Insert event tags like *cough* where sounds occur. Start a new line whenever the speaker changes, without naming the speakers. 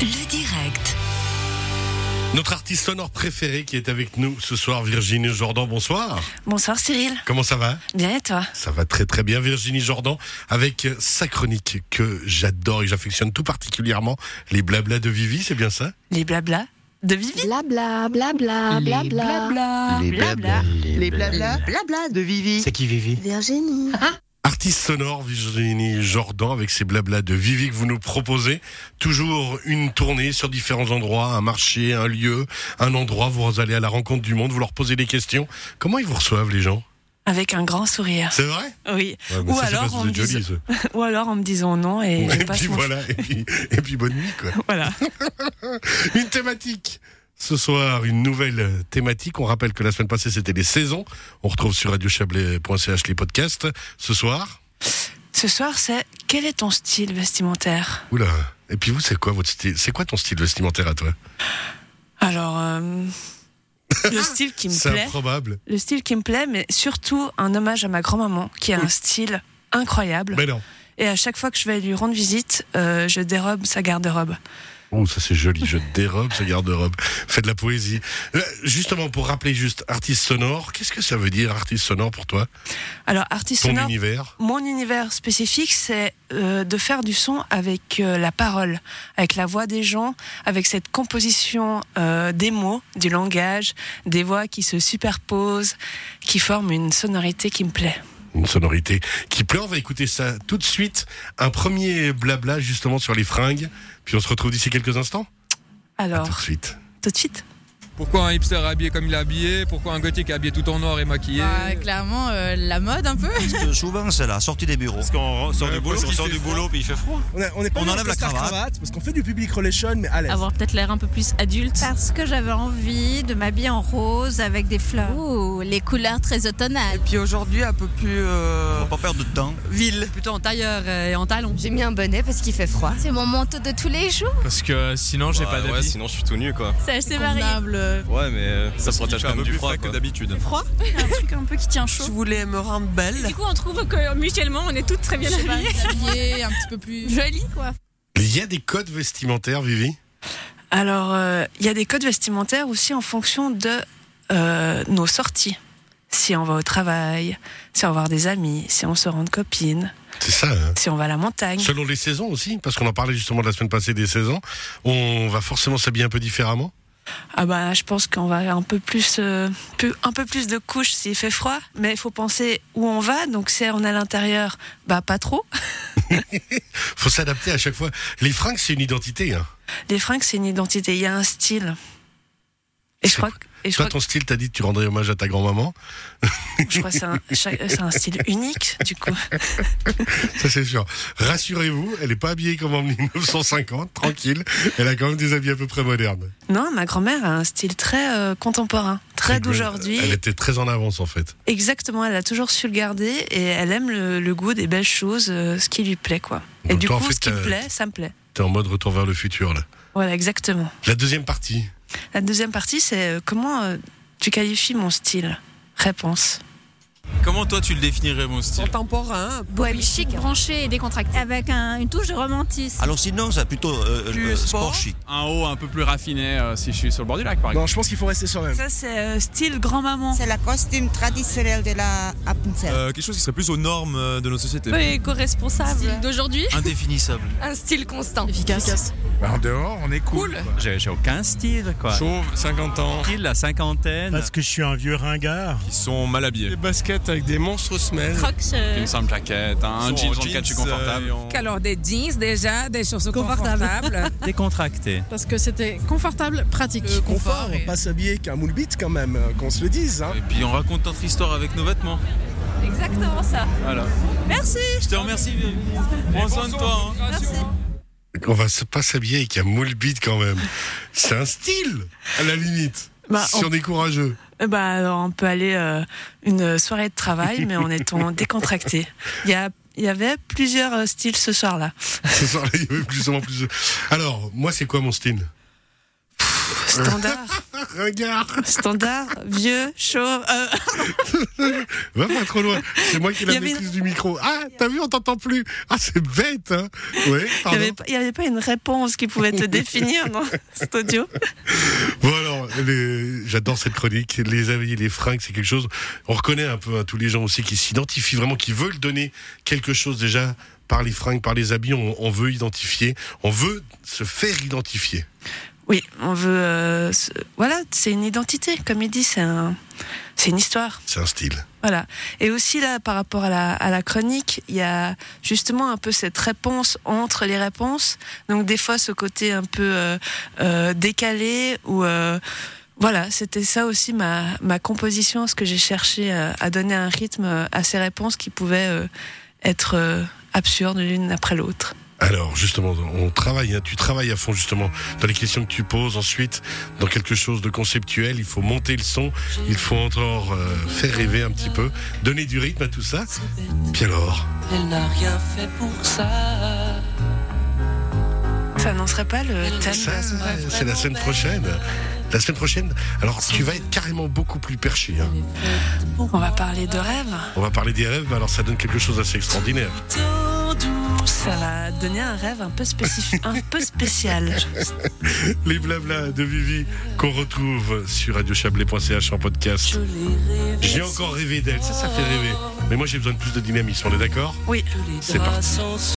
Le direct.
Notre artiste sonore préféré qui est avec nous ce soir, Virginie Jordan, bonsoir.
Bonsoir Cyril.
Comment ça va
Bien et toi
Ça va très très bien, Virginie Jordan, avec euh, sa chronique que j'adore et j'affectionne tout particulièrement, les blablas de Vivi, c'est bien ça
Les blablas de Vivi
Blabla, blabla,
Les
blabla.
Les blabla.
Les blabla, blabla de Vivi.
C'est qui Vivi
Virginie.
Artiste sonore, Virginie Jordan, avec ses blablas de Vivi que vous nous proposez. Toujours une tournée sur différents endroits, un marché, un lieu, un endroit, vous allez à la rencontre du monde, vous leur posez des questions. Comment ils vous reçoivent les gens
avec un grand sourire.
C'est vrai
Oui.
Ouais, mais
Ou
ça, c'est
alors,
parce que
on
vous êtes
me dise-
jolis, ça.
Ou alors en me disant non et, je
Et
passe
puis
mon-
voilà, et puis, et puis bonne nuit quoi.
Voilà.
Une thématique ce soir, une nouvelle thématique. On rappelle que la semaine passée c'était les saisons. On retrouve sur radiochablais.ch les podcasts. Ce soir,
Ce soir, c'est quel est ton style vestimentaire
oula. Et puis vous, c'est quoi votre style C'est quoi ton style vestimentaire à toi
Alors, euh, le style qui me
C'est
plaît,
improbable.
le style qui me plaît, mais surtout un hommage à ma grand-maman qui a un style incroyable.
Mais non.
Et à chaque fois que je vais lui rendre visite, euh, je dérobe sa garde-robe.
Oh, ça c'est joli. Je dérobe ce garde-robe. Fais de la poésie. Euh, Justement, pour rappeler juste artiste sonore, qu'est-ce que ça veut dire artiste sonore pour toi
Alors, artiste
Ton
sonore,
univers
Mon univers spécifique, c'est euh, de faire du son avec euh, la parole, avec la voix des gens, avec cette composition euh, des mots, du langage, des voix qui se superposent, qui forment une sonorité qui me plaît.
une sonorité qui pleure. On va écouter ça tout de suite. Un premier blabla justement sur les fringues. Puis on se retrouve d'ici quelques instants. À tout de
Alors,
suite.
tout de suite.
Pourquoi un hipster est habillé comme il est habillé Pourquoi un gothique est habillé tout en noir et maquillé
Bah, clairement, euh, la mode un peu.
Euh, souvent c'est la sortie des bureaux.
Parce qu'on sort
Ouais,
du boulot,
parce
on
qu'il
sort
fait
du
froid.
boulot puis il fait froid.
On, est
On enlève la cravate.
parce qu'on fait du public relation, mais à l'aise.
*laughs* Avoir peut-être l'air un peu plus adulte.
Parce que j'avais envie de m'habiller en rose avec des fleurs.
Ouh, les couleurs très automnales.
Puis aujourd'hui, un peu plus
On va pas perdre de temps.
ville.
Plutôt en tailleur
euh,
et en talon.
J'ai mis un bonnet parce qu'il fait froid.
C'est mon manteau de tous les jours.
Parce que sinon, j'ai pas
Ouais,
d'habits.
sinon je suis tout nu quoi.
C'est assez
Ouais, mais euh, ça se protège
fait
quand
un
même
peu
du
plus
froid
frais que
quoi.
d'habitude.
Froid Un truc un peu qui tient chaud.
Je voulais me rendre belle.
coup, on trouve que euh, mutuellement, on est toutes très bien habillées. un *laughs* petit peu plus jolie, quoi.
Il y a des codes vestimentaires, Vivi
Alors, euh, il y a des codes vestimentaires aussi en fonction de euh, nos sorties. Si on va au travail, si on va voir des amis, si on se rend de copines,
C'est ça. hein.
si on va à la montagne.
Selon les saisons aussi, parce qu'on en parlait justement de la semaine passée des saisons, on va forcément s'habiller un peu différemment.
Ah bah, je pense qu'on va un peu plus, euh, peu- un peu plus de couches s'il fait froid, mais il faut penser où on va. Donc si on est à l'intérieur, bah pas trop.
Faut s'adapter à chaque fois. Les fringues, c'est une identité. Hein.
Les fringues, c'est une identité. Il y a un style. Et je
C'est
crois que, et je
Toi,
crois que-
ton style, t'as dit que tu rendrais hommage à ta grand-maman.
je crois que
*laughs*
c'est un, chaque- c'est un style unique du coup.
Ça, c'est sûr. Rassurez-vous, elle est pas habillée comme en 1950, tranquille. Elle a quand même des habits à peu près modernes.
Non, ma grand-mère a un style très euh, contemporain, très d'aujourd'hui.
Elle était très en avance, en fait.
Exactement, elle a toujours su le garder et elle aime le, le goût des belles choses, euh, ce qui lui plaît quoi. Et
Donc
du
toi, en
coup,
fait, euh,
ce qui me
t'as-
plaît, ça me plaît.
T'es en mode retour vers le futur, là.
Voilà, exactement.
La deuxième partie.
La deuxième partie, c'est euh, comment euh, tu qualifies mon style Réponse.
Comment toi, tu le définirais, mon style
Contemporain,
Bohème chic,
Branché et décontracté.
avec un- une touche de
Ah.
romantisme.
Alors sinon c'est plutôt euh, euh,
Plus
euh,
sport.
sport chic.
Un haut un peu plus raffiné euh, si je suis sur le bord du lac, par exemple.
Non, je pense qu'il faut rester sur même.
Ça, c'est
euh,
style grand-maman.
C'est la costume traditionnelle de la Appenzell.
Euh, quelque chose qui serait plus aux normes euh, de notre société.
Style d'aujourd'hui.
Indéfinissable.
Un style constant. Efficace.
Bah, en dehors, on est cool.
J'ai j'ai aucun style, quoi.
Chauve, 50 ans.
Style, la cinquantaine.
que je suis un vieux ringard.
Ils sont mal habillés.
baskets avec des monstres semelles.
Crocs. euh,
Une simple jaquette, un
Ils sont
jean
en
dans lequel je suis
jeans,
confortable.
euh, et
Alors des jeans déjà, des chaussures confortables.
*laughs*
Décontracté.
Parce que c'était confortable, pratique.
Confort, on va pas s'habiller qu'un moule bite quand même, euh, qu'on se le dise. hein.
Et puis on raconte notre histoire avec nos vêtements.
Exactement ça.
Voilà. Merci. Je te remercie. Vivi. Prends soin de toi. hein.
On va se- pas s'habiller avec un moule bide quand même. C'est un style, à la limite.
Bah,
si on... est courageux.
Bah, alors, on peut aller euh, une soirée de travail, mais en *laughs* étant décontracté. Il y, a- il y avait plusieurs euh, styles ce soir-là.
Ce soir-là, il y avait plus ou moins plus. de- Alors, moi, c'est quoi mon style
*laughs* Pff, Standard.
Regarde.
Standard, vieux, chaud. euh,
Va pas trop loin. C'est moi qui ai
Il y
la
avait-
maîtrise du micro. Ah, t'as vu, on t'entend plus. Ah, c'est bête. Hein ouais,
Il n'y
pardon.
avait, pas- il y avait pas une réponse qui pouvait te définir dans cet audio.
Bon alors, les- j'adore cette chronique. Les avis, les fringues, c'est quelque chose. On reconnaît un peu hein, tous les gens aussi qui s'identifient vraiment, qui veulent donner quelque chose déjà par les fringues, par les habits. On, on veut identifier, on veut se faire identifier.
Oui, on veut. euh, se- voilà, c'est une identité, comme il dit, c'est un, c'est une histoire.
C'est un style.
Voilà. Et aussi là, par rapport à la, à la chronique, il y a justement un peu cette réponse entre les réponses. Donc des fois, ce côté un peu euh, euh, décalé ou euh, voilà, c'était ça aussi ma, ma composition, ce que j'ai cherché euh, à donner un rythme euh, à ces réponses qui pouvaient euh, être euh, absurdes l'une après l'autre.
Alors justement, on travaille, hein, tu travailles à fond justement dans les questions que tu poses. Ensuite, dans quelque chose de conceptuel, il faut monter le son, il faut encore euh, faire rêver un petit peu, donner du rythme à tout ça. Puis alors,
Elle n'a rien fait pour ça.
Ça n'annoncerait pas le thème
Ça, c'est la semaine prochaine. La semaine prochaine, alors tu vas être carrément beaucoup plus perché. hein.
On va parler de rêve.
On va parler des rêves, mais alors ça donne quelque chose d'assez extraordinaire. *laughs*
Ça va donner un rêve un peu, spécif- un peu
*laughs*
spécial.
Les blablas de Vivi qu'on retrouve sur radiochablais.ch en podcast. J'ai encore rêvé d'elle, ça, ça fait rêver. Mais moi j'ai besoin de plus de dynamisme, on est d'accord
Oui.
C'est parti.